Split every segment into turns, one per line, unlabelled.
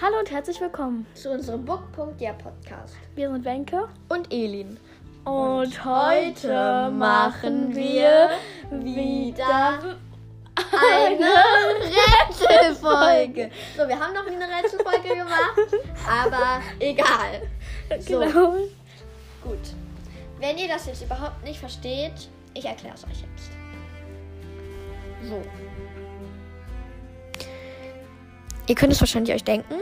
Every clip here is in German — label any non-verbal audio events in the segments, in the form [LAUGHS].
Hallo und herzlich willkommen.
zu unserem Book.ja Podcast.
Wir sind Wenke
und Elin.
und,
heute machen wir wieder
Eine
Rätselfolge.
So, wir haben noch nie eine Rätselfolge gemacht, aber egal. So,
Genau.
gut. Wenn ihr das jetzt überhaupt nicht versteht, ich erkläre es euch jetzt.
So. Ihr könnt es wahrscheinlich euch denken.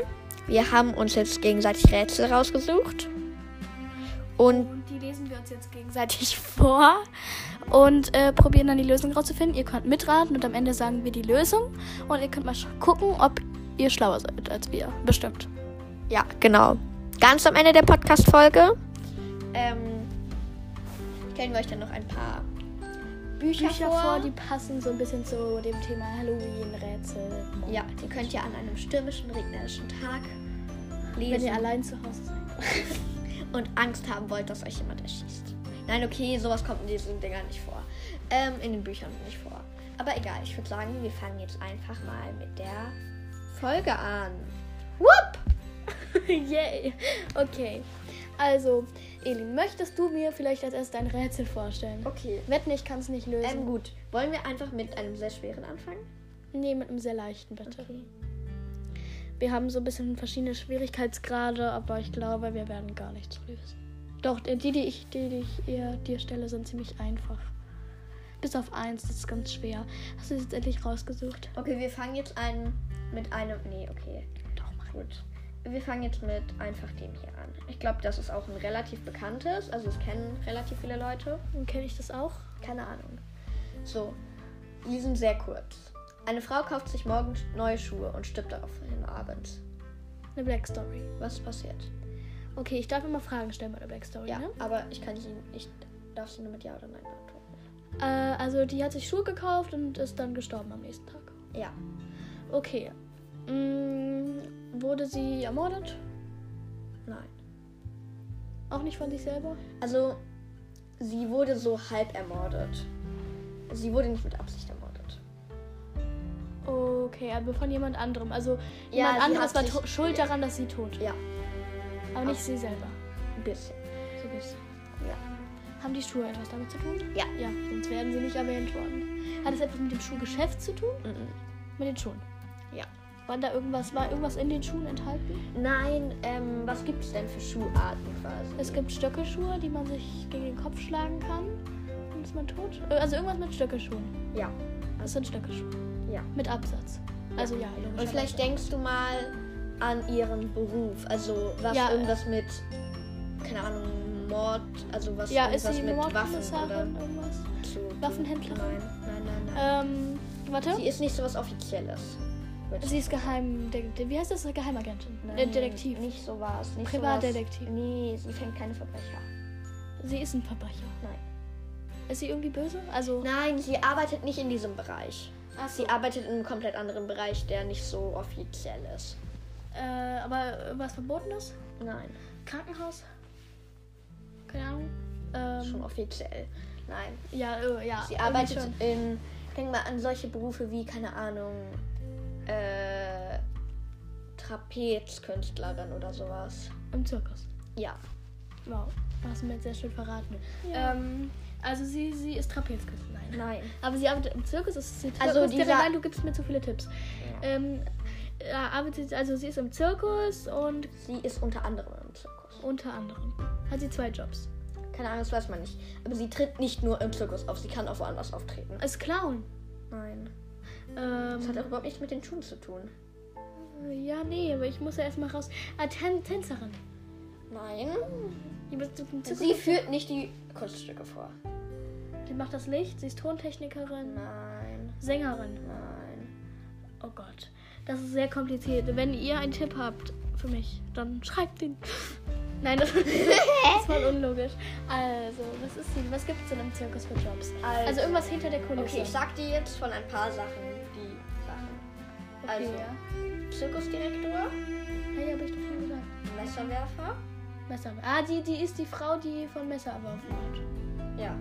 Wir haben uns jetzt gegenseitig Rätsel rausgesucht. Und
Und die lesen wir uns jetzt gegenseitig [LAUGHS] vor und äh, probieren dann die Lösung rauszufinden. Ihr könnt mitraten und am Ende sagen wir die Lösung. Und ihr könnt mal sch- gucken, ob ihr schlauer seid als wir. Bestimmt.
ja, genau. Ganz am Ende der Podcast-Folge.
Ähm, stellen wir euch dann noch ein paar Bücher,
Bücher vor, die passen so ein bisschen zu dem Thema Halloween-Rätsel.
ja, die könnt ihr an einem stürmischen, regnerischen Tag
Wenn ihr
lesen
allein zu Hause seid.
und Angst haben wollt, dass euch jemand erschießt. Nein, okay, sowas kommt in diesen Dingern nicht vor. Ähm, in den Büchern nicht vor. Aber egal, ich würde sagen, wir fangen jetzt einfach mal mit der Folge an.
[LAUGHS]
Whoop!
Yay. Okay. Also, Elin, möchtest du mir vielleicht als erstes dein Rätsel vorstellen?
Okay.
Wetten, ich kann es nicht lösen.
Ähm, gut. Wollen wir einfach mit einem sehr schweren anfangen?
Nee, mit einem sehr leichten, bitte. Wir haben so ein bisschen verschiedene Schwierigkeitsgrade, aber ich glaube, wir werden gar nichts lösen. Doch, äh, die, die ich, die, die ich eher dir stelle, sind ziemlich einfach. Bis auf eins, das ist ganz schwer. Hast du es jetzt endlich rausgesucht?
Okay, wir fangen jetzt einen mit einem. Nee, okay.
Doch, mach
Gut. Wir fangen jetzt mit einfach dem hier an. Ich glaube, das ist auch ein relativ bekanntes. Also, es kennen relativ viele Leute.
Und kenne ich das auch?
Keine Ahnung. So, die sind sehr kurz. Eine Frau kauft sich morgens neue Schuhe und stirbt daraufhin abends.
Eine Black Story.
Was ist passiert?
Okay, ich darf immer Fragen stellen bei der Black Story,
Ja,
ne?
aber ich kann sie, ich darf sie nur mit Ja oder Nein beantworten.
Äh, also, die hat sich Schuhe gekauft und ist dann gestorben am nächsten Tag.
Ja,
Okay. Mm, wurde sie ermordet?
nein.
Auch nicht von sich selber?
Also, sie wurde so halb ermordet. Sie wurde nicht mit Absicht ermordet.
Okay, aber von jemand anderem. Also
Ja,
jemand
sie
anderes
hat
war
sich-
to- schuld
ja.
daran, dass sie tot ist.
Ja,
Aber nicht sie selber.
ein bisschen.
So bist
Ja.
Haben die Schuhe etwas damit zu tun?
Ja.
Ja, sonst werden sie nicht erwähnt worden. Hat es etwas mit dem Schuhgeschäft zu tun?
Mhm.
Mit den Schuhen?
Ja.
War da irgendwas, war irgendwas in den Schuhen enthalten?
Nein, ähm, was gibt es denn für Schuharten quasi?
Es gibt Stöckelschuhe, die man sich gegen den Kopf schlagen kann. Und ist man tot? Äh, Also irgendwas mit Stöckelschuhen.
Ja.
Das sind Stöckelschuhe.
Ja.
Mit Absatz. Also ja,
Und vielleicht denkst du mal an ihren Beruf. Also was
Ja,
irgendwas mit, keine Ahnung, Mord, also was
Ja, ist
irgendwas
sie
mit Waffen oder
Mordkommissarin irgendwas?
so.
Waffenhändlerin?
Nein, nein, nein, nein.
Ähm, warte.
Sie ist nicht so was Offizielles. Gut.
Sie ist geheim. Wie heißt das? Geheimagentin.
Nein,
Äh, Detektiv.
Nicht so was. Nicht
Privatdetektiv.
Sowas. Nee, sie fängt keine Verbrecher.
Sie ist ein Verbrecher.
Nein.
Ist sie irgendwie böse? Also.
Nein, sie arbeitet nicht in diesem Bereich.
Ach
Sie arbeitet in einem komplett anderen Bereich, der nicht so offiziell ist.
Äh, aber was Verbotenes?
Nein,
Krankenhaus? Keine Ahnung. Ähm,
schon offiziell. Nein.
Ja, äh, ja.
Sie
irgendwie
arbeitet
schon.
in, denk mal an solche Berufe wie, keine Ahnung, äh, Trapezkünstlerin oder sowas.
im Zirkus.
Ja,
Wow. Hast du mir jetzt sehr schön verraten. Ähm, also sie, sie ist Trapezkünstlerin. Nein.
nein.
Aber sie arbeitet im Zirkus, das ist sie
Also
Zirkus-
dieser-
Nein, du gibst mir zu viele Tipps.
Äh,
Ähm, ja, arbeitet, also sie ist im Zirkus und
Sie ist unter anderem im Zirkus.
unter anderem hat sie zwei Jobs.
Keine Ahnung, das weiß man nicht. Aber sie tritt nicht nur im Zirkus auf, sie kann auch woanders auftreten.
Als Clown.
Nein. Das
Ähm,
hat auch überhaupt nichts mit den Schuhen zu tun.
ja, nee, aber ich muss ja erstmal raus. Ah, Tän Tänzerin.
Nein.
Die, bist- im Zirkus-
Sie führt nicht die Kunststücke vor.
die macht das Licht, sie ist Tontechnikerin,
Nein,
Sängerin.
nein.
Oh Gott, das ist sehr kompliziert. Wenn ihr einen Tipp habt für mich, dann schreibt ihn. [LAUGHS] Nein, das, das
[LAUGHS]
ist voll unlogisch. Also, was ist sie? Was gibt es denn im Zirkus für Jobs?
Also-
Also irgendwas hinter der Kulisse.
Okay, ich sag dir jetzt von ein paar Sachen die Sachen.
Okay,
Also,
ja.
Zirkusdirektor,
Hey, hab ich doch schon gesagt.
Messerwerfer.
Messer. Ah, die, die ist die Frau, die von Messer erworfen wird.
Ja.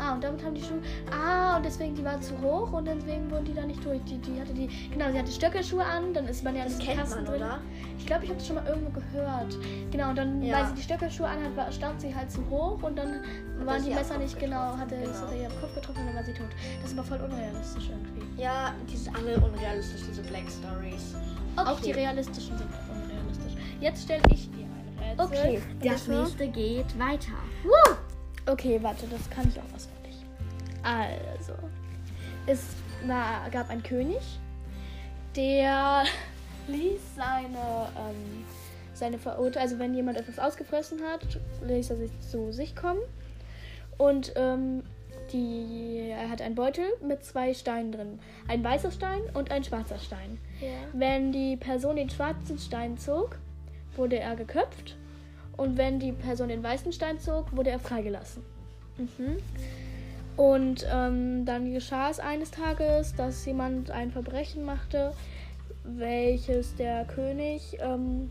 Ah, und damit haben die schon. Ah, und deswegen, die war zu hoch und deswegen wurden die da nicht durch. Die, die hatte die. Genau, sie hatte Stöckelschuhe an, dann ist man ja
Das
in den
kennt
Kasten
man,
drin.
oder?
Ich glaube, ich habe es schon mal irgendwo gehört. Genau, und dann,
Ja.
weil sie die Stöckelschuhe anhat, war, stand sie halt zu hoch und dann waren
sie
die
am
Messer
Kopf
nicht genau,
getroffen,
hatte
genau.
es hat ihr am Kopf getroffen und dann war sie tot. Das ist aber voll unrealistisch irgendwie.
Ja, die sind alle unrealistisch, diese Black Stories.
Auch die realistischen sind unrealistisch. Jetzt stelle ich dir ein Rätsel.
Okay,
Und
das
war-
nächste geht weiter.
Okay, warte, das kann ich auch auswendig. Also, es war, gab einen König, der [LAUGHS] ließ seine, ähm, seine Verurteilung, also wenn jemand etwas ausgefressen hat, ließ er sich zu sich kommen. Und ähm, die, er hat einen Beutel mit zwei Steinen drin. Ein weißer Stein und ein schwarzer Stein. Wenn die Person den schwarzen Stein zog, wurde er geköpft. Und wenn die Person den weißen Stein zog, wurde er freigelassen. Mhm. Und ähm, dann geschah es eines Tages, dass jemand ein Verbrechen machte, welches der König ähm,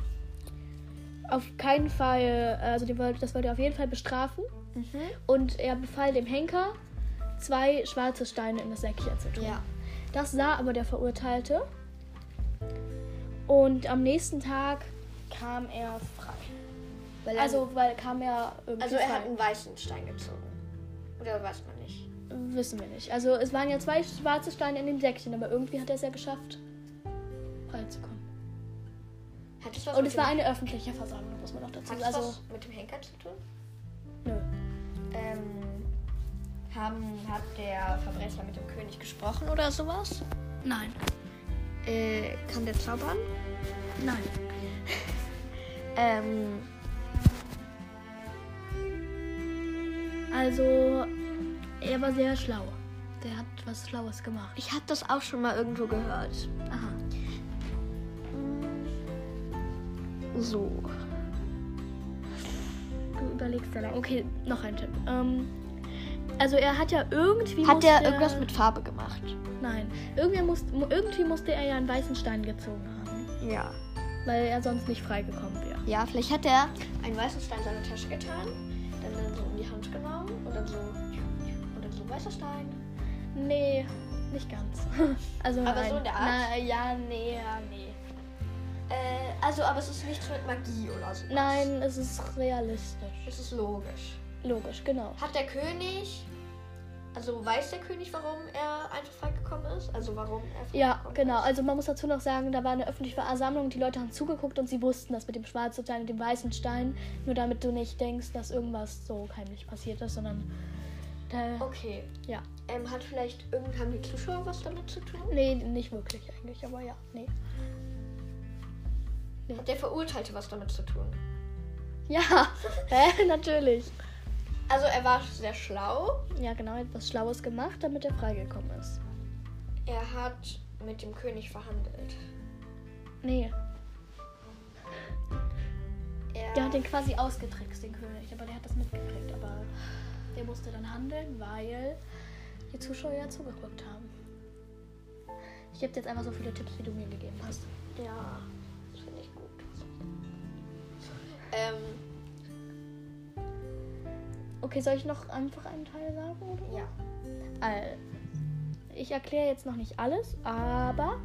auf keinen Fall, also die wollte, das wollte er auf jeden Fall bestrafen.
Mhm.
Und er befahl dem Henker, zwei schwarze Steine in das Säckchen zu tun.
Ja.
Das sah aber der Verurteilte. Und am nächsten Tag kam er frei.
Weil er-
Also, weil kam er irgendwie
also er
frei.
hat einen weißen Stein gezogen. Oder weiß man nicht.
Wissen wir nicht. Also, es waren ja zwei schwarze Steine in dem Säckchen, aber irgendwie hat er es ja geschafft, freizukommen.
Hat Oh, das was
Und
mit
es war
dem-
eine öffentliche Versammlung, muss man auch dazu sagen.
hat das
Also,
was mit dem Henker zu tun?
nö.
Ähm, haben, hat der Verbrecher mit dem König gesprochen oder sowas?
Nein,
Äh, kann der zaubern?
nein.
Ähm,
Also, er war sehr schlau. Der hat was Schlaues gemacht.
ich habe das auch schon mal irgendwo gehört.
Aha.
So.
Du überlegst da lang. Okay, noch ein Tipp. Ähm, also er hat ja irgendwie.
Hat
musste
der irgendwas mit Farbe gemacht?
Nein. Irgendwie, muss, irgendwie musste er ja einen weißen Stein gezogen haben.
Ja.
Weil er sonst nicht freigekommen wäre.
Ja, vielleicht hat er einen weißen Stein in seine Tasche getan, dann, dann so in die Hand genommen und dann so. Und dann so weißer Stein.
Nee, nicht ganz. [LAUGHS] also
Aber
nein.
so in der Art?
Na, ja, nee, ja, nee.
Äh, also, aber es ist nichts mit Magie oder so.
Nein, es ist realistisch.
Es ist logisch.
Logisch, genau.
Hat der König. Also weiß der König, warum er einfach freigekommen ist? Also warum er
Ja,
freigekommen
genau.
ist?
Also man muss dazu noch sagen, da war eine öffentliche Versammlung, die Leute haben zugeguckt und sie wussten das mit dem schwarzen Stein und dem weißen Stein. Nur damit du nicht denkst, dass irgendwas so heimlich passiert ist, sondern... Da,
Okay.
Ja.
Ähm, hat vielleicht irgend haben die Zuschauer was damit zu tun?
Nee, nicht wirklich eigentlich, aber ja, nee.
Hat der Verurteilte was damit zu tun?
Ja, [LAUGHS] hä, natürlich.
Also er war sehr schlau.
Ja, genau, er hat was Schlaues gemacht, damit er freigekommen ist.
Er hat mit dem König verhandelt.
Nee,
Er
der hat den quasi ausgetrickst, den König, aber der hat das mitgekriegt. Aber der musste dann handeln, weil die Zuschauer ja zugeguckt haben. Ich gebe dir jetzt einfach so viele Tipps, wie du mir gegeben hast.
Ja, das finde ich gut. Ähm,
Okay, soll ich noch einfach einen Teil sagen? Oder?
ja.
All. Ich erkläre jetzt noch nicht alles, aber.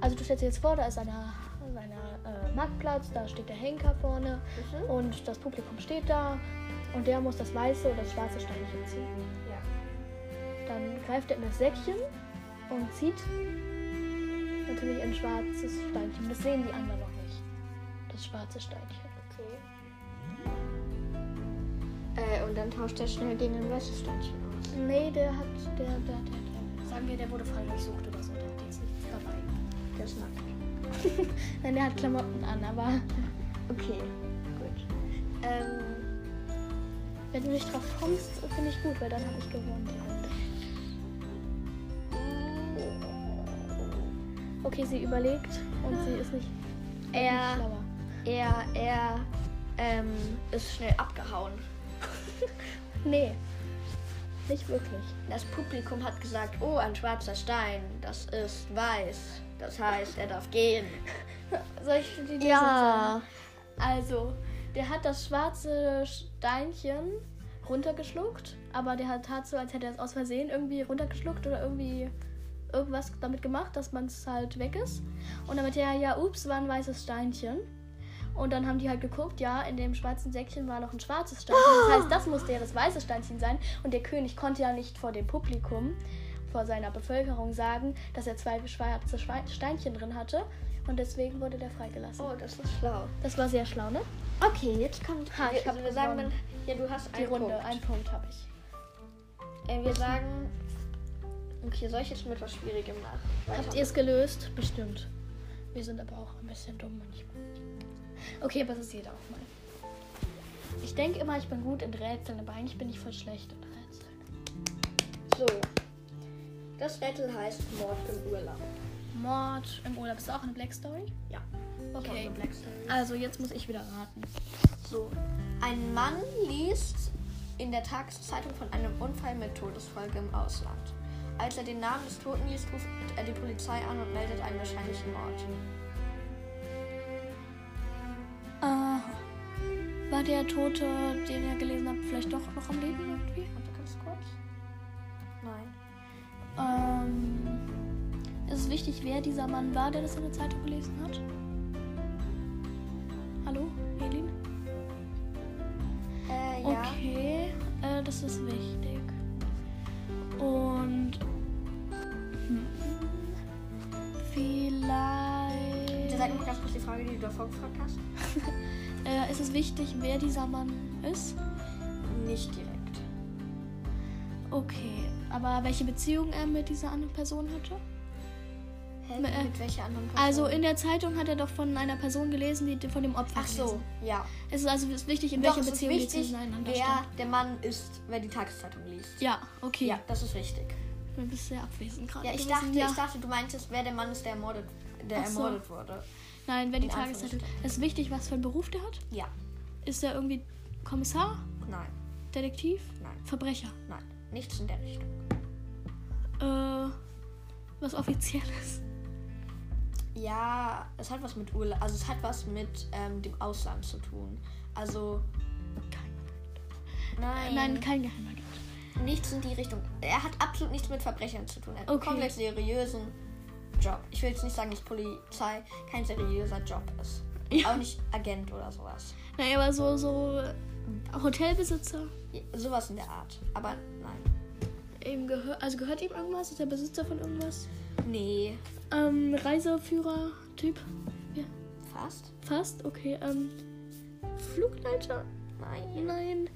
Also, du stellst dir jetzt vor, da ist ein äh, Marktplatz, da steht der Henker vorne
Mhm.
und das Publikum steht da und der muss das weiße oder das schwarze Steinchen ziehen.
Ja.
Dann greift er in das Säckchen und zieht natürlich ein schwarzes Steinchen. Das sehen die anderen noch nicht. Das schwarze Steinchen.
Okay. Äh, und dann tauscht er schnell gegen ein weißes Steinchen aus.
Nee, der hat. Der, der, der, der. Sagen wir, der wurde frei durchsucht oder so. Der hat jetzt nicht dabei.
Der ist nackt.
Nein, der hat Klamotten an, aber.
Okay, gut. Ähm,
Wenn du nicht drauf kommst, finde ich gut, weil dann habe ich gewonnen. Okay, sie überlegt und sie ist nicht
er,
schlauer.
er, er, ähm, ist schnell abgehauen.
Nee, nicht wirklich.
Das Publikum hat gesagt, oh, ein schwarzer Stein, das ist weiß. Das heißt, er darf gehen.
Soll ich die Lösung sagen?
Ja.
Also, der hat das schwarze Steinchen runtergeschluckt aber der hat tat so, als hätte er es aus Versehen irgendwie runtergeschluckt oder irgendwie irgendwas damit gemacht, dass man es halt weg ist. Und damit ja, ja, ups, war ein weißes Steinchen. Und dann haben die halt geguckt, ja, in dem schwarzen Säckchen war noch ein schwarzes Steinchen. Das heißt, das musste ja das weiße Steinchen sein. Und der König konnte ja nicht vor dem Publikum, vor seiner Bevölkerung sagen, dass er zwei schwarze Schwe- Steinchen drin hatte. Und deswegen wurde der freigelassen.
Oh, das ist schlau.
Das war sehr schlau, ne?
Okay, jetzt kommt.
Ha, ich
wir,
hab
also wir sagen dann,
gewonnen.
ja, du hast
Die
einen
Runde,
Punkt.
ein Punkt habe ich.
Äh, wir sagen. Okay, soll ich jetzt mit was Schwierigem nach?
Habt ihr es gelöst? Bestimmt. Wir sind aber auch ein bisschen dumm manchmal. Okay, aber das ist jeder auch mal. Ich denke immer, ich bin gut in Rätseln, aber eigentlich bin ich voll schlecht in Rätseln.
So. Das Rätsel heißt Mord im Urlaub.
Mord im Urlaub ist auch eine Black Story.
Ja.
Okay. Also jetzt muss ich wieder raten.
So. Ein Mann liest in der Tageszeitung von einem Unfall mit Todesfolge im Ausland. Als er den Namen des Toten liest, ruft er die Polizei an und meldet einen wahrscheinlichen Mord.
Aha. War der Tote, den ihr gelesen habt, vielleicht doch noch am Leben irgendwie?
Warte ganz kurz. Nein.
Ähm, ist es wichtig, wer dieser Mann war, der das in der Zeitung gelesen hat? Hallo, Elin?
Äh, ja.
Okay, äh, das ist wichtig. Und hm,
Okay. Sag
vielleicht
mal ganz kurz die Frage, die du davor gefragt hast.
äh, ist es wichtig, wer dieser Mann ist.
Nicht direkt.
Okay, aber welche Beziehung er mit dieser anderen Person hatte?
Hä?
Äh,
Mit welcher anderen Person?
Also in der Zeitung hat er doch von einer Person gelesen, die von dem Opfer
Ach so,
gelesen.
ja.
Es ist also es ist wichtig, in
Doch,
welcher
es
Beziehung
ist
die
wichtig,
zueinander
wer
standen.
der Mann ist, wer die Tageszeitung liest.
Ja, okay.
Ja, das ist richtig.
Du bist sehr abwesend gerade.
Ja, ich
gewesen.
dachte,
Ja.
ich dachte, du meintest, wer der Mann ist, der ermordet, der
Ach so.
ermordet wurde.
Nein, wenn die
In
Tageszeitung.
Anführungsstrichen.
Es ist wichtig, was für einen Beruf der hat.
Ja,
Ist er irgendwie Kommissar,
nein,
Detektiv,
nein,
Verbrecher?
nein. Nichts in der Richtung.
Äh, was Offizielles.
Ja, es hat was mit Urlaub, also es hat was mit ähm, dem Ausland zu tun. Also, nein,
Nein, kein Geheimagent.
nichts in die Richtung. Er hat absolut nichts mit Verbrechern zu tun. Er hat einen
Okay.
komplett seriösen Job. Ich will jetzt nicht sagen, dass Polizei kein seriöser Job ist.
Ja.
Auch nicht Agent oder sowas.
Naja, aber so, so äh, Hotelbesitzer.
Ja, Sowas in der Art. Aber nein.
Ihm gehör also gehört ihm irgendwas? Ist er Besitzer von irgendwas?
Nee.
Ähm, Reiseführer, Typ.
Fast?
Fast, okay. Ähm, Flugleiter?
Nein.
Nein.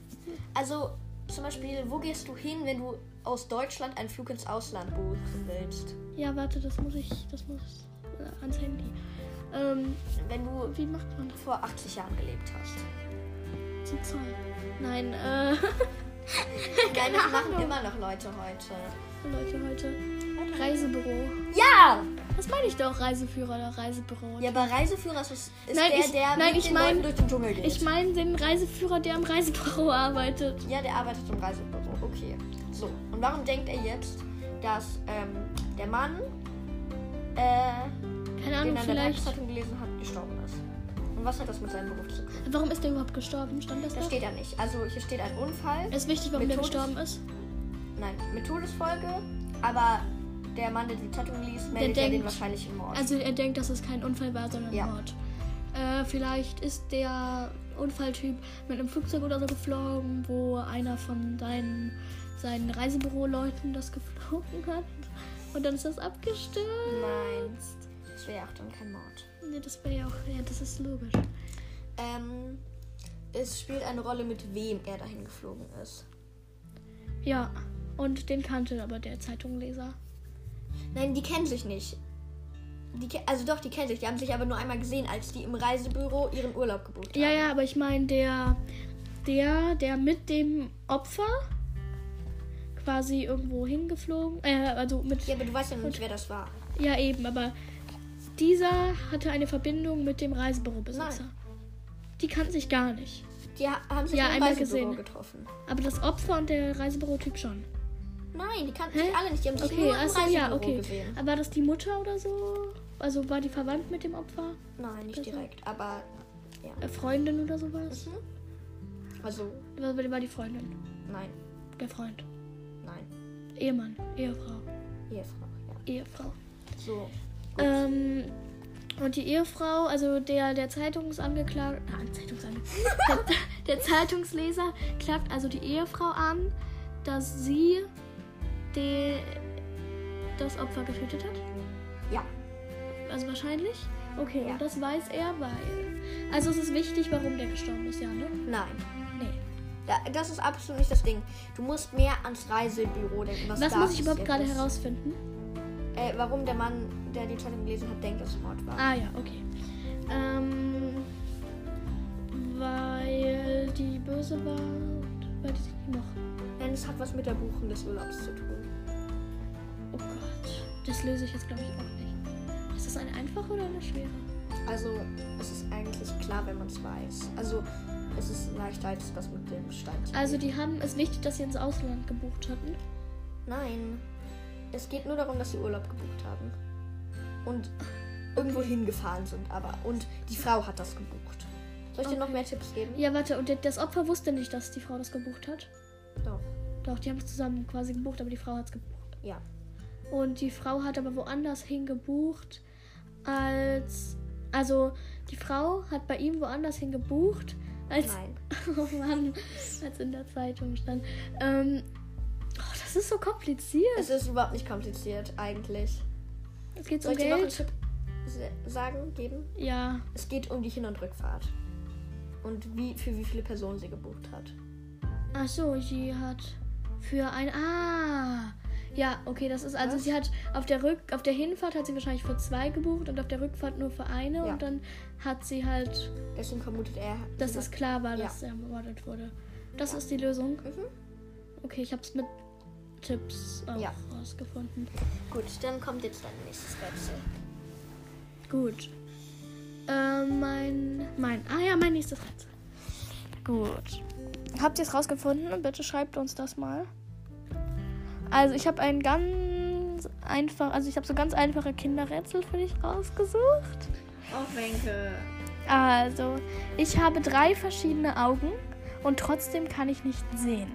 Also, zum Beispiel, wo gehst du hin, wenn du aus Deutschland einen Flug ins Ausland buchen willst?
Ja, warte, das muss ich. Das muss äh, ans Handy. Ähm,
Wenn du
wie macht man das?
vor 80 Jahren gelebt
[LAUGHS]
hast.
Zu Zoll. Nein, äh, [LAUGHS]
Nein, das machen immer noch Leute heute.
Leute heute. Reisebüro.
Ja!
Das meine ich doch, Reiseführer oder Reisebüro.
Ja, aber Reiseführer ist, ist
Nein,
der,
ich-
der
nein,
mit
ich
den
mein-
Leuten durch den Dschungel geht.
Ich meine den Reiseführer, der im Reisebüro arbeitet.
Ja, der arbeitet im Reisebüro. Okay. So. Und warum denkt er jetzt, dass ähm, der Mann, äh,
Keine Ahnung,
den er in der
vielleicht.
Tageszeitung gelesen hat, gestorben ist? Und was hat das mit seinem Beruf zu tun?
Warum ist der überhaupt gestorben? Stand das,
Das
da?
steht ja nicht. Also hier steht ein Unfall.
Ist wichtig, warum der
Methodisch-
gestorben ist?
Nein, mit Todesfolge. Aber der Mann, der die Zeitung liest, meldet ja
denkt-
den wahrscheinlichen Mord.
Also er denkt, dass es kein Unfall war, sondern
Ja.
Mord. Äh, vielleicht ist der Unfalltyp mit einem Flugzeug oder so geflogen, wo einer von deinen, seinen Reisebüro-Leuten das geflogen hat. Und dann ist das abgestürzt.
Nein. Das wäre ja auch dann kein Mord.
Nee, das wäre ja auch. Ja, das ist logisch.
Ähm, es spielt eine Rolle, mit wem er dahin geflogen ist.
Ja. Und den kannte aber der Zeitungleser.
Nein, die kennen sich nicht. Die, ke- also doch, die kennen sich. Die haben sich aber nur einmal gesehen, als die im Reisebüro ihren Urlaub gebucht haben.
Ja, ja, aber ich meine, der, der, der mit dem Opfer quasi irgendwo hingeflogen, äh, also mit,
Ja, aber du weißt ja noch nicht, wer das war.
ja eben, aber dieser hatte eine Verbindung mit dem Reisebürobesitzer. Die kannten sich gar nicht.
Die ha- haben sich
Ja,
im
einmal
Reisebüro
gesehen.
getroffen.
Aber das Opfer und der Reisebürotyp schon.
Nein, die kannten
Hä?
sich alle nicht. Die haben sich
Okay,
nur im
also
Reisebüro
ja, okay.
gesehen.
Aber war das die Mutter oder so? Also war die verwandt mit dem Opfer?
Nein, nicht
Also-
direkt, aber
Äh, Freundin oder sowas?
also
War, war die Freundin?
nein.
Der Freund.
Nein.
Ehemann. Ehefrau.
Ehefrau, ja.
Ehefrau.
So.
Ähm, und die Ehefrau, also der, der Zeitungsangeklagte, ah, Zeitungsangeklagte, [LAUGHS] der, der Zeitungsleser klagt also die Ehefrau an, dass sie de, das Opfer getötet hat.
Ja.
Also wahrscheinlich. Okay,
Ja.
und das weiß er, weil. Also es ist wichtig, warum der gestorben ist, ja, ne?
Nein.
Nee.
Da, das ist absolut nicht das Ding. Du musst mehr ans Reisebüro denken. Was,
Was
da
muss ich überhaupt
passiert
gerade
ist.
herausfinden?
Äh, warum der Mann, der die Zeitung gelesen hat, denkt, dass es Mord war.
Ah ja, okay. Ähm, weil die böse war und weil die sich nicht mochten.
Denn es hat was mit der Buchung des Urlaubs zu tun.
Oh Gott, das löse ich jetzt glaube ich auch nicht. Ist das eine einfache oder eine schwere?
Also, es ist eigentlich klar, wenn man es weiß. Also, es ist leichter als das mit dem Stein. zu
Also
legen.
die haben, ist wichtig, dass sie ins Ausland gebucht hatten.
Nein. Es geht nur darum, dass sie Urlaub gebucht haben. Und irgendwo hingefahren sind, aber. Und die Frau hat das gebucht. Soll ich dir noch mehr Tipps geben?
Ja, warte, und der- das Opfer wusste nicht, dass die Frau das gebucht hat.
Doch.
Doch, die haben es zusammen quasi gebucht, aber die Frau hat es gebucht.
Ja.
Und die Frau hat aber woanders hingebucht als. Also, die Frau hat bei ihm woanders hingebucht als.
Nein.
[LAUGHS] Oh Mann, als in der Zeitung stand. Ähm, oh, das ist so kompliziert.
Es ist überhaupt nicht kompliziert, eigentlich.
Es geht
Soll
um
ich dir noch einen
Geld.
Tipp se- sagen, geben?
Ja,
Es geht um die Hin- und Rückfahrt. Und wie, für wie viele Personen sie gebucht hat.
Ach so, sie hat für ein Ah. Ja, okay, das ist also
Was?
sie hat auf der Rück auf der Hinfahrt hat sie wahrscheinlich für zwei gebucht und auf der Rückfahrt nur für eine
Ja.
und dann hat sie halt,
Deswegen vermutet er. sie
dass
hat-
es klar war,
Ja.
dass er ermordet wurde. Das ist die Lösung.
Mhm.
Okay, ich hab's mit Tipps auch
Ja.
rausgefunden.
Gut, dann kommt jetzt dein nächstes Rätsel.
Gut. Ähm, mein mein Ah ja, mein nächstes Rätsel. Gut. Habt ihr es rausgefunden? Bitte schreibt uns das mal. Also ich habe ein ganz einfach, also ich habe so ganz einfache Kinderrätsel für dich rausgesucht.
Auf Oh, Wenke.
Also ich habe drei verschiedene Augen und trotzdem kann ich nicht sehen.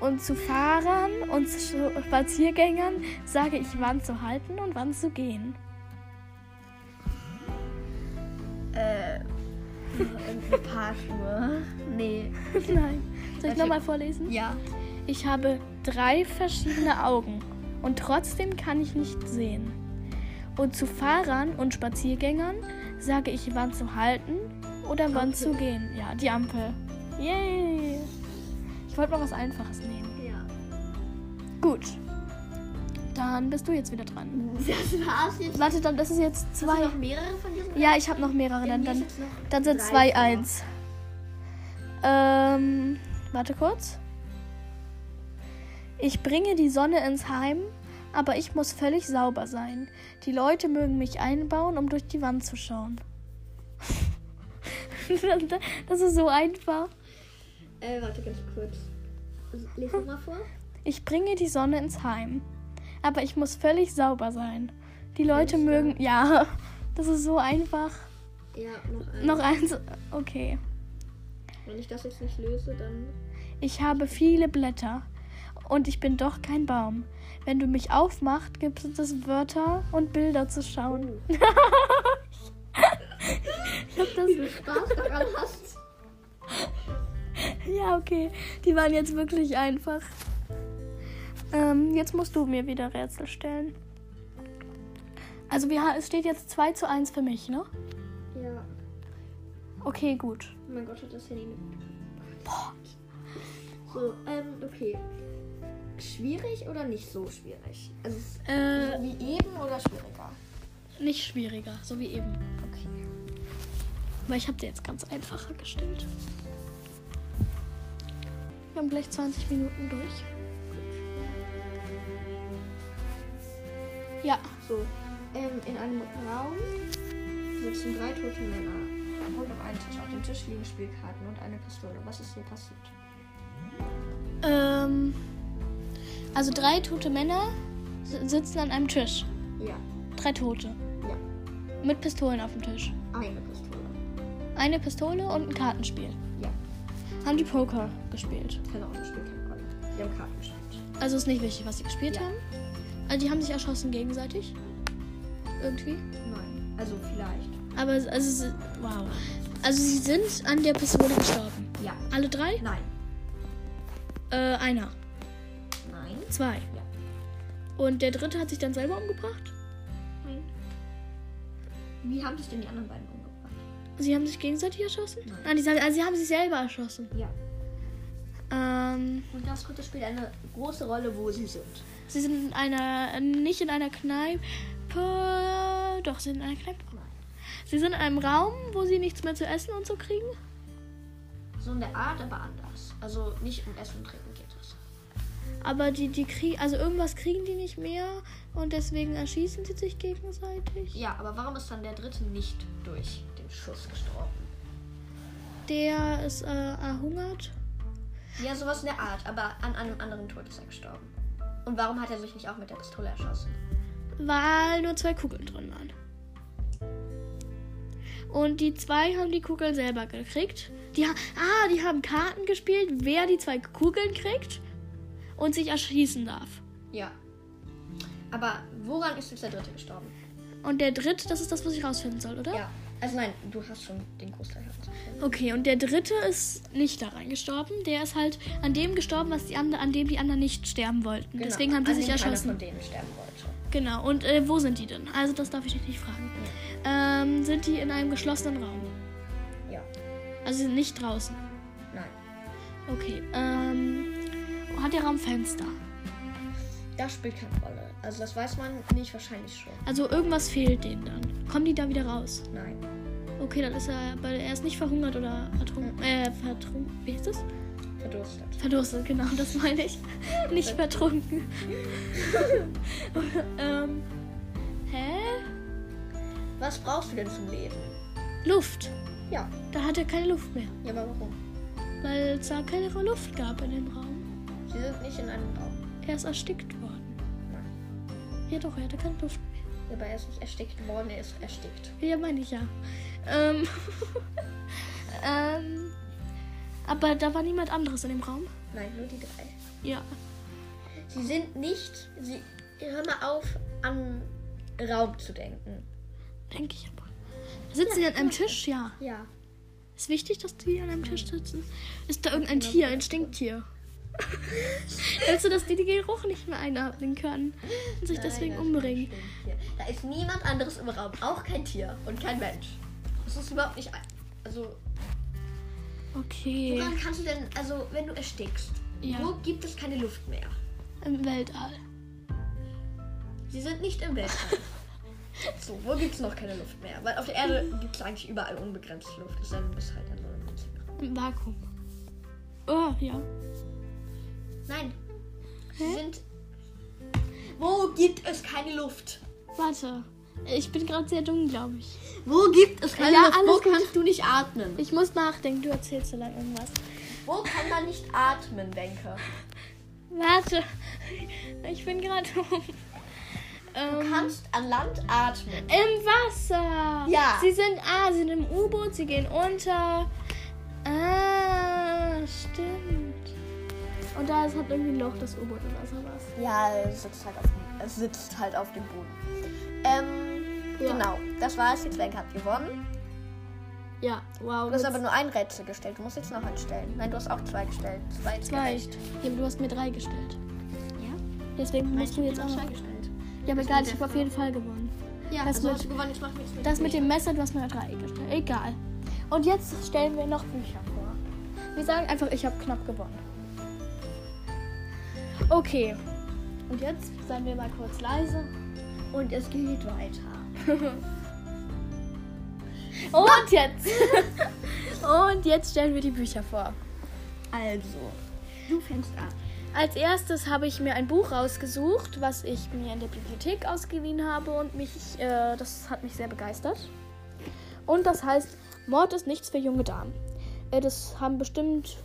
Und zu Fahrern und zu Spaziergängern sage ich, wann zu halten und wann zu gehen. [LAUGHS]
Äh. Ein paar Schuhe. Nee.
Nein. Soll ich
Also-
nochmal vorlesen?
Ja.
Ich habe drei verschiedene Augen und trotzdem kann ich nicht sehen. Und zu Fahrern und Spaziergängern sage ich, wann zu halten oder wann zu gehen. Ja, die Ampel. Yay! Ich wollte mal was Einfaches nehmen.
Ja.
Gut. Dann bist du jetzt wieder dran.
Das war's jetzt.
Warte, dann, das ist jetzt
Hast du
zwei.
noch mehrere von diesen?
Ja, ich habe noch mehrere. Dann,
Mir ist
dann,
jetzt noch
dann sind
drei
zwei
vor.
eins. Ähm, warte kurz. Ich bringe die Sonne ins Heim, aber ich muss völlig sauber sein. Die Leute mögen mich einbauen, um durch die Wand zu schauen. [LAUGHS] das ist so einfach.
Äh, warte ganz kurz. Lies noch mal vor.
Ich bringe die Sonne ins Heim, aber ich muss völlig sauber sein. Die Leute
Fenster.
mögen. Ja, das ist so einfach.
Ja, noch eins.
Noch eins. Okay.
Wenn ich das jetzt nicht löse, dann.
Ich habe viele Blätter und ich bin doch kein Baum. Wenn du mich aufmacht, gibt es Wörter und Bilder zu schauen. [LAUGHS] ich hab das.
Spaß daran hast.
Ja, okay. Die waren jetzt wirklich einfach. Ähm, jetzt musst du mir wieder Rätsel stellen. Also wir, ha- es steht jetzt 2 zu 1 für mich, ne?
Ja.
Okay, gut.
Oh mein Gott, hat das Handy mit. So, ähm, okay. Schwierig oder nicht so schwierig? Also es-
Äh,
wie eben oder schwieriger?
nicht schwieriger, so wie eben.
Okay.
Weil ich habe dir jetzt ganz einfacher gestellt. Wir haben gleich 20 Minuten durch. Ja,
So, ähm, in einem Raum sitzen drei tote Männer. Und auf einem Tisch. Auf dem Tisch liegen Spielkarten und eine Pistole. Was ist hier passiert?
ähm, also drei tote Männer si- sitzen an einem Tisch.
Ja,
Drei Tote.
Ja.
Mit Pistolen auf dem Tisch.
eine Pistole.
Eine Pistole und ein Kartenspiel.
Ja.
Haben die Poker gespielt.
Keine Ahnung, spielt keine Rolle. Die haben Karten gespielt.
Also ist nicht wichtig, was sie gespielt
Ja.
haben. Also die haben sich erschossen gegenseitig. Irgendwie.
Nein. Also vielleicht.
Aber es- also sie- wow. Also sie sind an der Pistole gestorben.
Ja.
Alle drei?
Nein.
Äh, einer.
Nein.
Zwei.
Ja.
Und der dritte hat sich dann selber umgebracht.
Nein. Wie haben sich denn die anderen beiden umgebracht?
Sie haben sich gegenseitig erschossen?
Nein.
Nein, die, haben- also sie haben sich selber erschossen.
Ja.
Ähm,
Und das dritte spielt eine große Rolle, wo sie sind.
sie sind in einer, nicht in einer Kneipe. Doch, sie sind in einer Kneipe.
Nein.
Sie sind in einem Raum, wo sie nichts mehr zu essen und so kriegen.
So in der Art, aber anders. Also nicht um Essen und Trinken geht es.
Aber die, die kriegen, also irgendwas kriegen die nicht mehr und deswegen erschießen sie sich gegenseitig.
Ja, aber warum ist dann der dritte nicht durch den Schuss gestorben?
Der ist äh, erhungert.
Ja, sowas in der Art, aber an einem anderen Tod ist er gestorben. Und warum hat er sich nicht auch mit der Pistole erschossen?
weil nur zwei Kugeln drin waren. Und die zwei haben die Kugeln selber gekriegt. Die ha ah, die haben Karten gespielt, wer die zwei Kugeln kriegt und sich erschießen darf.
Ja. Aber woran ist jetzt der dritte gestorben?
Und der dritte, das ist das, was ich rausfinden soll, oder?
Ja. Also nein, du hast schon den Großteil herausgefunden.
Okay, und der dritte ist nicht daran gestorben. Der ist halt an dem gestorben, was die andere, an dem die anderen nicht sterben wollten. Deswegen haben die
Genau,
sich
an den Also keiner
erschossen.
von denen sterben wollte.
Genau, und äh, wo sind die denn? Also das darf ich dich nicht fragen. Ähm, sind die in einem geschlossenen Raum?
Ja.
Also sie sind nicht draußen.
Nein.
Okay, ähm. Hat der Raum Fenster?
Das spielt keine Rolle. Also das weiß man nicht, wahrscheinlich schon.
Also irgendwas fehlt denen dann. Kommen die da wieder raus?
Nein.
Okay, dann ist er, weil er ist nicht verhungert oder ertrunken. Äh, vertrunken. Wie ist das?
Verdurstet.
Verdurstet, genau, das meine ich. nicht vertrunken. ähm. Hä?
Was brauchst du denn zum Leben?
Luft.
Ja.
Da hat er keine Luft mehr.
Ja, aber warum?
Weil es da keine Luft gab in dem Raum.
Sie sind nicht in einem Raum.
Er ist erstickt worden. Ja doch, er hatte keine Luft mehr.
Aber er ist nicht erstickt worden, er ist erstickt.
Ja, meine ich ja. Ähm, [LAUGHS] ähm, aber da war niemand anderes in dem Raum.
Nein, nur die drei.
Ja.
Sie sind nicht. Sie. Hör mal auf, an Raum zu denken.
Denke ich aber. Sitzen die an einem Tisch? Ja.
Ja.
Ist wichtig, dass die an einem Tisch sitzen? Ist da irgendein
Genau.
Tier, ein Stinktier? [LAUGHS] Willst du, dass die den Geruch nicht mehr einatmen können und sich deswegen umbringen?
Da ist niemand anderes im Raum. Auch kein Tier und kein Mensch. Das ist überhaupt nicht. ein- Also,
Okay.
woran kannst du denn. Also, wenn du erstickst,
Ja.
wo gibt es keine Luft mehr?
Im Weltall.
Sie sind nicht im [LAUGHS] Weltall. so, wo gibt es noch keine Luft mehr? Weil auf der Erde gibt es eigentlich überall unbegrenzt Luft. Es sei denn, du bist halt an so einem winzigen Raum.
Im Vakuum. Oh, ja.
Nein. Sie sind. Wo gibt es keine Luft?
Warte. Ich bin gerade sehr dumm, glaube ich.
Wo gibt es keine
Ja,
Luft? Wo
alles gut.
kannst du nicht atmen?
Ich muss nachdenken. Du erzählst so lange irgendwas.
Wo kann man nicht atmen, denke?
Warte, [LAUGHS] ich bin gerade um.
Du
Ähm,
kannst an Land atmen.
Im Wasser.
Ja.
Sie sind, ah, sie sind im U-Boot, sie gehen unter. Ah, stimmt. Und da ist halt irgendwie ein Loch, das U-Boot im Wasser war.
Ja, es sitzt halt auf dem, es sitzt halt auf dem Boden. Ähm,
Ja.
genau. Das war's. Die Zwerge hat gewonnen.
Ja, wow.
Du hast aber nur ein Rätsel gestellt. Du musst jetzt noch eins stellen. Nein, du hast auch zwei gestellt. Zwei. ist
zwei.
gerecht.
Ja, aber du hast mir drei gestellt. Deswegen musst du jetzt auch
zwei
noch.
gestellt.
Ja, aber egal, ich habe auf jeden Fall gewonnen.
Ja,
Das
das also
mit-
hast du gewonnen. Ich mach nichts mit
Das
dem
mit dem Messer, du hast mir ja drei gestellt. Egal. Und jetzt stellen wir noch Bücher vor. Wir sagen einfach, ich habe knapp gewonnen. Okay. Und jetzt seien wir mal kurz leise.
Weg. Und es geht weiter.
Und jetzt. [LAUGHS] Und jetzt stellen wir die Bücher vor.
Also, du fängst an.
Als erstes habe ich mir ein Buch rausgesucht, was ich mir in der Bibliothek ausgeliehen habe und mich, äh, das hat mich sehr begeistert. Und das heißt, Mord ist nichts für junge Damen. Äh, das haben bestimmt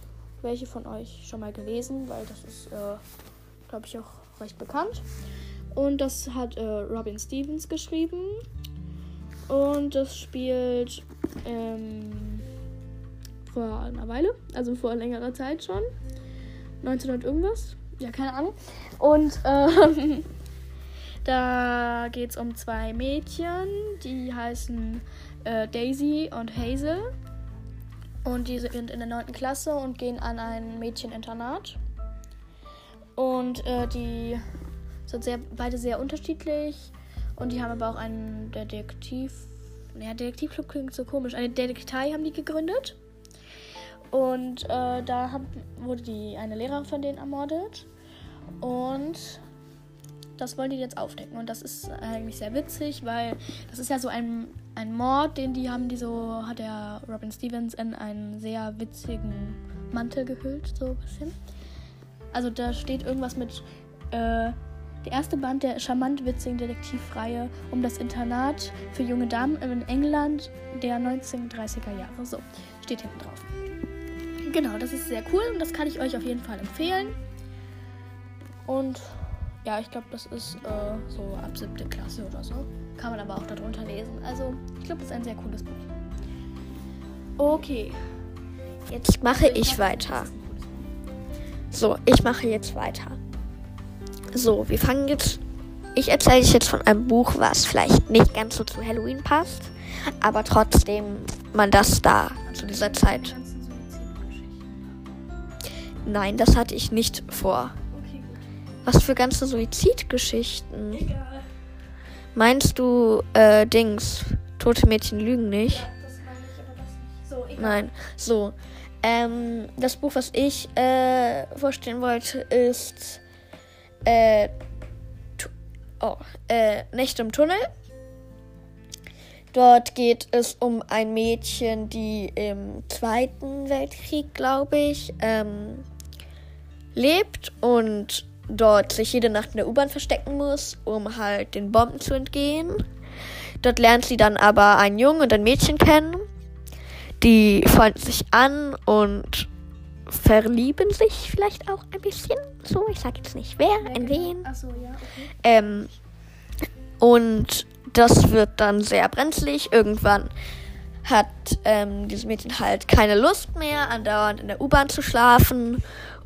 welche von euch schon mal gelesen, weil das ist, äh, glaube ich, auch recht bekannt. Und das hat äh, Robin Stevens geschrieben. Und das spielt ähm, vor einer Weile, also vor längerer Zeit schon. 1900 irgendwas. Ja, keine Ahnung. Und ähm, [LAUGHS] da geht es um zwei Mädchen, die heißen äh, Daisy und Hazel. Und die sind in der 9. Klasse und gehen an ein Mädcheninternat. Und äh, die sind sehr, beide sehr unterschiedlich. Und die haben aber auch einen Detektiv. Naja, Detektivclub klingt so komisch. Eine Detektei haben die gegründet. Und äh, da haben, wurde die eine Lehrerin von denen ermordet. Und das wollen die jetzt aufdecken. Und das ist eigentlich sehr witzig, weil das ist ja so ein, ein Mord, den die haben, die so, hat der Robin Stevens in einen sehr witzigen Mantel gehüllt, so ein bisschen. Also da steht irgendwas mit äh, der erste Band der charmant witzigen Detektivreihe um das Internat für junge Damen in England der 1930er Jahre. So, steht hinten drauf. Genau, das ist sehr cool und das kann ich euch auf jeden Fall empfehlen. Und ja, ich glaube, das ist äh, so ab siebte Klasse oder so. Kann man aber auch darunter lesen. Also, ich glaube, das ist ein sehr cooles Buch. Okay.
Jetzt mache ich weiter. So, ich mache jetzt weiter. So, wir fangen jetzt. Ich erzähle euch jetzt von einem Buch, was vielleicht nicht ganz so zu Halloween passt, aber trotzdem man das da zu dieser Zeit. Nein, das hatte ich nicht vor.
Okay, gut.
Was für ganze Suizidgeschichten?
Egal.
Meinst du, äh, Dings, tote Mädchen lügen nicht?
Das meine ich, aber das nicht. So, egal.
Nein. So. Ähm, das Buch, was ich äh, vorstellen wollte, ist äh, Tu- oh, äh, Nächte im Tunnel. Dort geht es um ein Mädchen, die im Zweiten Weltkrieg, glaube ich, ähm, lebt und dort sich jede Nacht in der U-Bahn verstecken muss, um halt den Bomben zu entgehen. Dort lernt sie dann aber einen Jungen und ein Mädchen kennen die freunden sich an und verlieben sich vielleicht auch ein bisschen. So, ich sag jetzt nicht wer, in wen.
Achso, ja, okay.
Ähm, und das wird dann sehr brenzlig. Irgendwann hat ähm, dieses Mädchen halt keine Lust mehr, andauernd in der U-Bahn zu schlafen.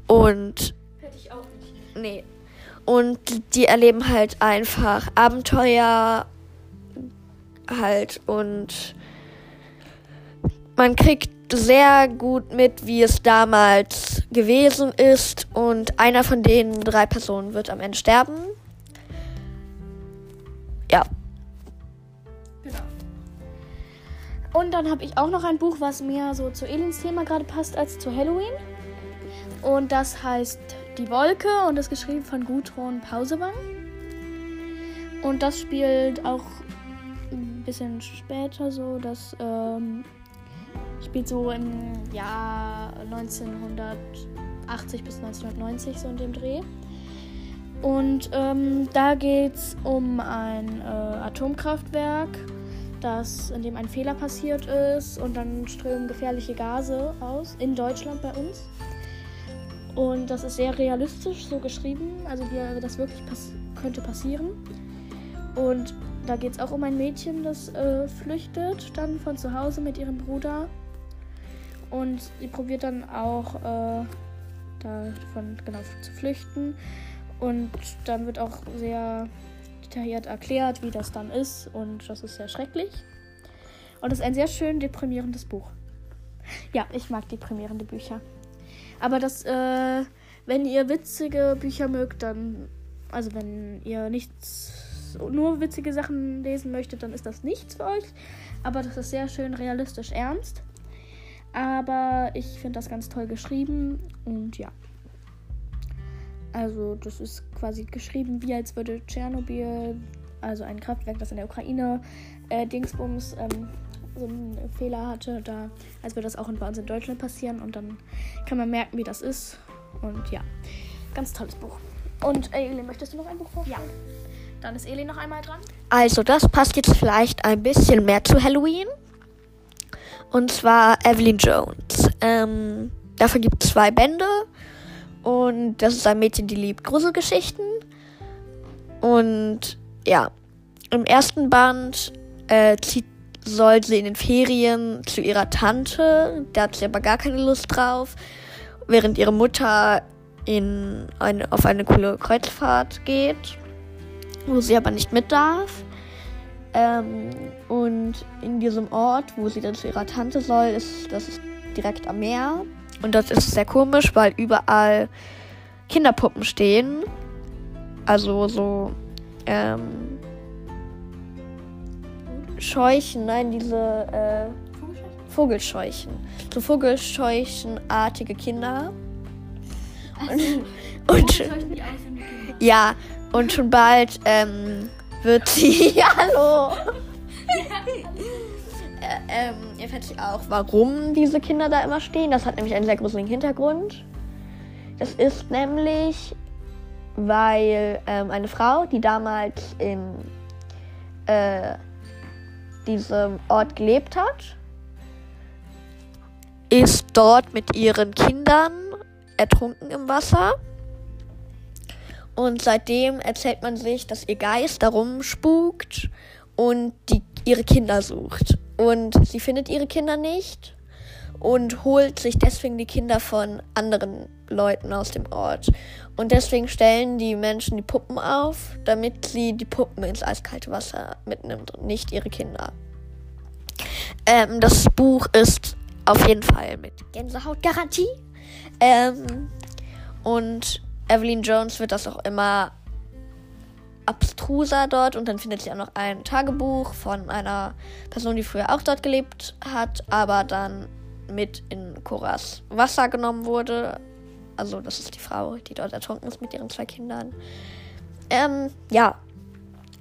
Und
Hätte ich auch nicht.
Nee. Und die erleben halt einfach Abenteuer halt und man kriegt sehr gut mit, wie es damals gewesen ist und einer von den drei Personen wird am Ende sterben. Ja,
Genau. Und dann habe ich auch noch ein Buch, was mehr so zu Elins Thema gerade passt als zu Halloween. Und das heißt Die Wolke und ist geschrieben von Gudrun Pausewang. Und das spielt auch ein bisschen später so, das ähm, spielt so im Jahr 1980 bis 1990 so in dem Dreh. Und ähm, da geht es um ein äh, Atomkraftwerk, das, in dem ein Fehler passiert ist und dann strömen gefährliche Gase aus, in Deutschland bei uns. Und das ist sehr realistisch so geschrieben, also wie das wirklich pass könnte passieren. Und da geht es auch um ein Mädchen, das äh, flüchtet dann von zu Hause mit ihrem Bruder. Und sie probiert dann auch äh, davon genau zu flüchten. Und dann wird auch sehr detailliert erklärt, wie das dann ist. Und das ist sehr schrecklich. Und es ist ein sehr schön deprimierendes Buch. Ja, ich mag deprimierende Bücher. Aber das, äh, wenn ihr witzige Bücher mögt, dann, also wenn ihr nichts, nur witzige Sachen lesen möchtet, dann ist das nichts für euch. Aber das ist sehr schön realistisch ernst. Aber ich finde das ganz toll geschrieben und ja. Also das ist quasi geschrieben, wie als würde Tschernobyl, also ein Kraftwerk, das in der Ukraine äh, Dingsbums ähm, so einen Fehler hatte, da als würde das auch in- bei uns in Deutschland passieren und dann kann man merken, wie das ist. Und ja, ganz tolles Buch. Und äh, Elin, möchtest du noch ein Buch vorstellen? Ja. Dann ist Elin noch einmal dran.
also das passt jetzt vielleicht ein bisschen mehr zu Halloween. Und zwar Evelyn Jones. Ähm, davon gibt es zwei Bände. Und das ist ein Mädchen, die liebt Gruselgeschichten. Und ja, im ersten Band äh, zieht, soll sie in den Ferien zu ihrer Tante. Da hat sie aber gar keine Lust drauf. Während ihre Mutter in eine, auf eine coole Kreuzfahrt geht, wo sie aber nicht mit darf. Ähm, und in diesem Ort, wo sie dann zu ihrer Tante soll, ist das ist direkt am Meer. Und dort ist es sehr komisch, weil überall Kinderpuppen stehen. Also so ähm, Scheuchen, nein, diese äh, Vogelscheuchen. So Vogelscheuchenartige Kinder. Und, und ja, und schon bald ähm, wird sie. [LAUGHS] Hallo! Ä- ähm, ihr fällt sich auch, warum diese Kinder da immer stehen. Das hat nämlich einen sehr gruseligen Hintergrund. Das ist nämlich, weil ähm, eine Frau, die damals in äh, diesem Ort gelebt hat, ist dort mit ihren Kindern ertrunken im Wasser. Und seitdem erzählt man sich, dass ihr Geist darum spukt und die, ihre Kinder sucht. Und sie findet ihre Kinder nicht und holt sich deswegen die Kinder von anderen Leuten aus dem Ort. Und deswegen stellen die Menschen die Puppen auf, damit sie die Puppen ins eiskalte Wasser mitnimmt und nicht ihre Kinder. Ähm, das Buch ist auf jeden Fall mit Gänsehautgarantie. Ähm, und Evelyn Jones wird das auch immer abstruser dort und dann findet sie auch noch ein Tagebuch von einer Person, die früher auch dort gelebt hat, aber dann mit in Koras Wasser genommen wurde. Also das ist die Frau, die dort ertrunken ist mit ihren zwei Kindern. Ähm, ja,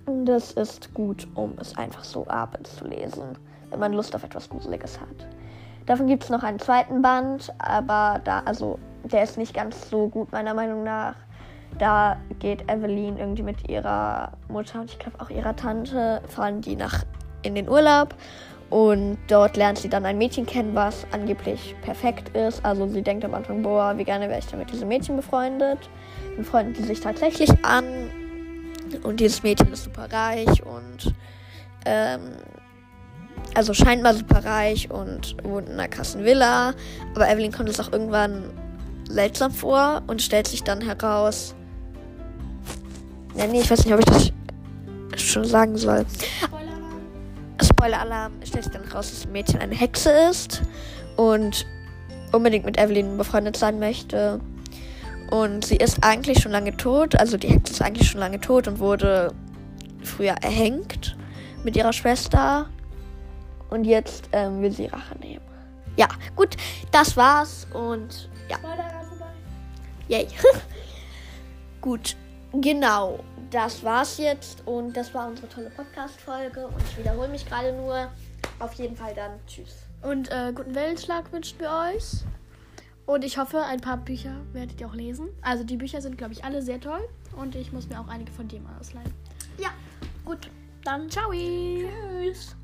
Und das ist gut, um es einfach so abends zu lesen, wenn man Lust auf etwas Gruseliges hat. Davon gibt es noch einen zweiten Band, aber da, also der ist nicht ganz so gut meiner Meinung nach. Da geht Evelyn irgendwie mit ihrer Mutter und ich glaube auch ihrer Tante, fahren die nach in den Urlaub und dort lernt sie dann ein Mädchen kennen, was angeblich perfekt ist. Also sie denkt am Anfang, boah, wie gerne wäre ich dann mit diesem Mädchen befreundet. Dann freunden die sich tatsächlich an und dieses Mädchen ist super reich und ähm, also scheinbar super reich und wohnt in einer krassen Villa. Aber Evelyn kommt es auch irgendwann seltsam vor und stellt sich dann heraus. Ja, nee, ich weiß nicht, ob ich das schon sagen soll. Spoiler-Alarm, es stellt sich dann raus, dass das Mädchen eine Hexe ist und unbedingt mit Evelyn befreundet sein möchte. Und sie ist eigentlich schon lange tot, also die Hexe ist eigentlich schon lange tot und wurde früher erhängt mit ihrer Schwester. Und jetzt ähm, will sie Rache nehmen. Ja, gut, das war's und ja. Yay. [LAUGHS] Gut, genau. Das war's jetzt und das war unsere tolle Podcast-Folge und ich wiederhole mich gerade nur. Auf jeden Fall dann. Tschüss.
Und äh, guten Wellenschlag wünschen wir euch. Und ich hoffe, ein paar Bücher werdet ihr auch lesen. Also die Bücher sind, glaube ich, alle sehr toll. Und ich muss mir auch einige von dir mal ausleihen.
Ja, gut.
Dann ciao. Tschüss.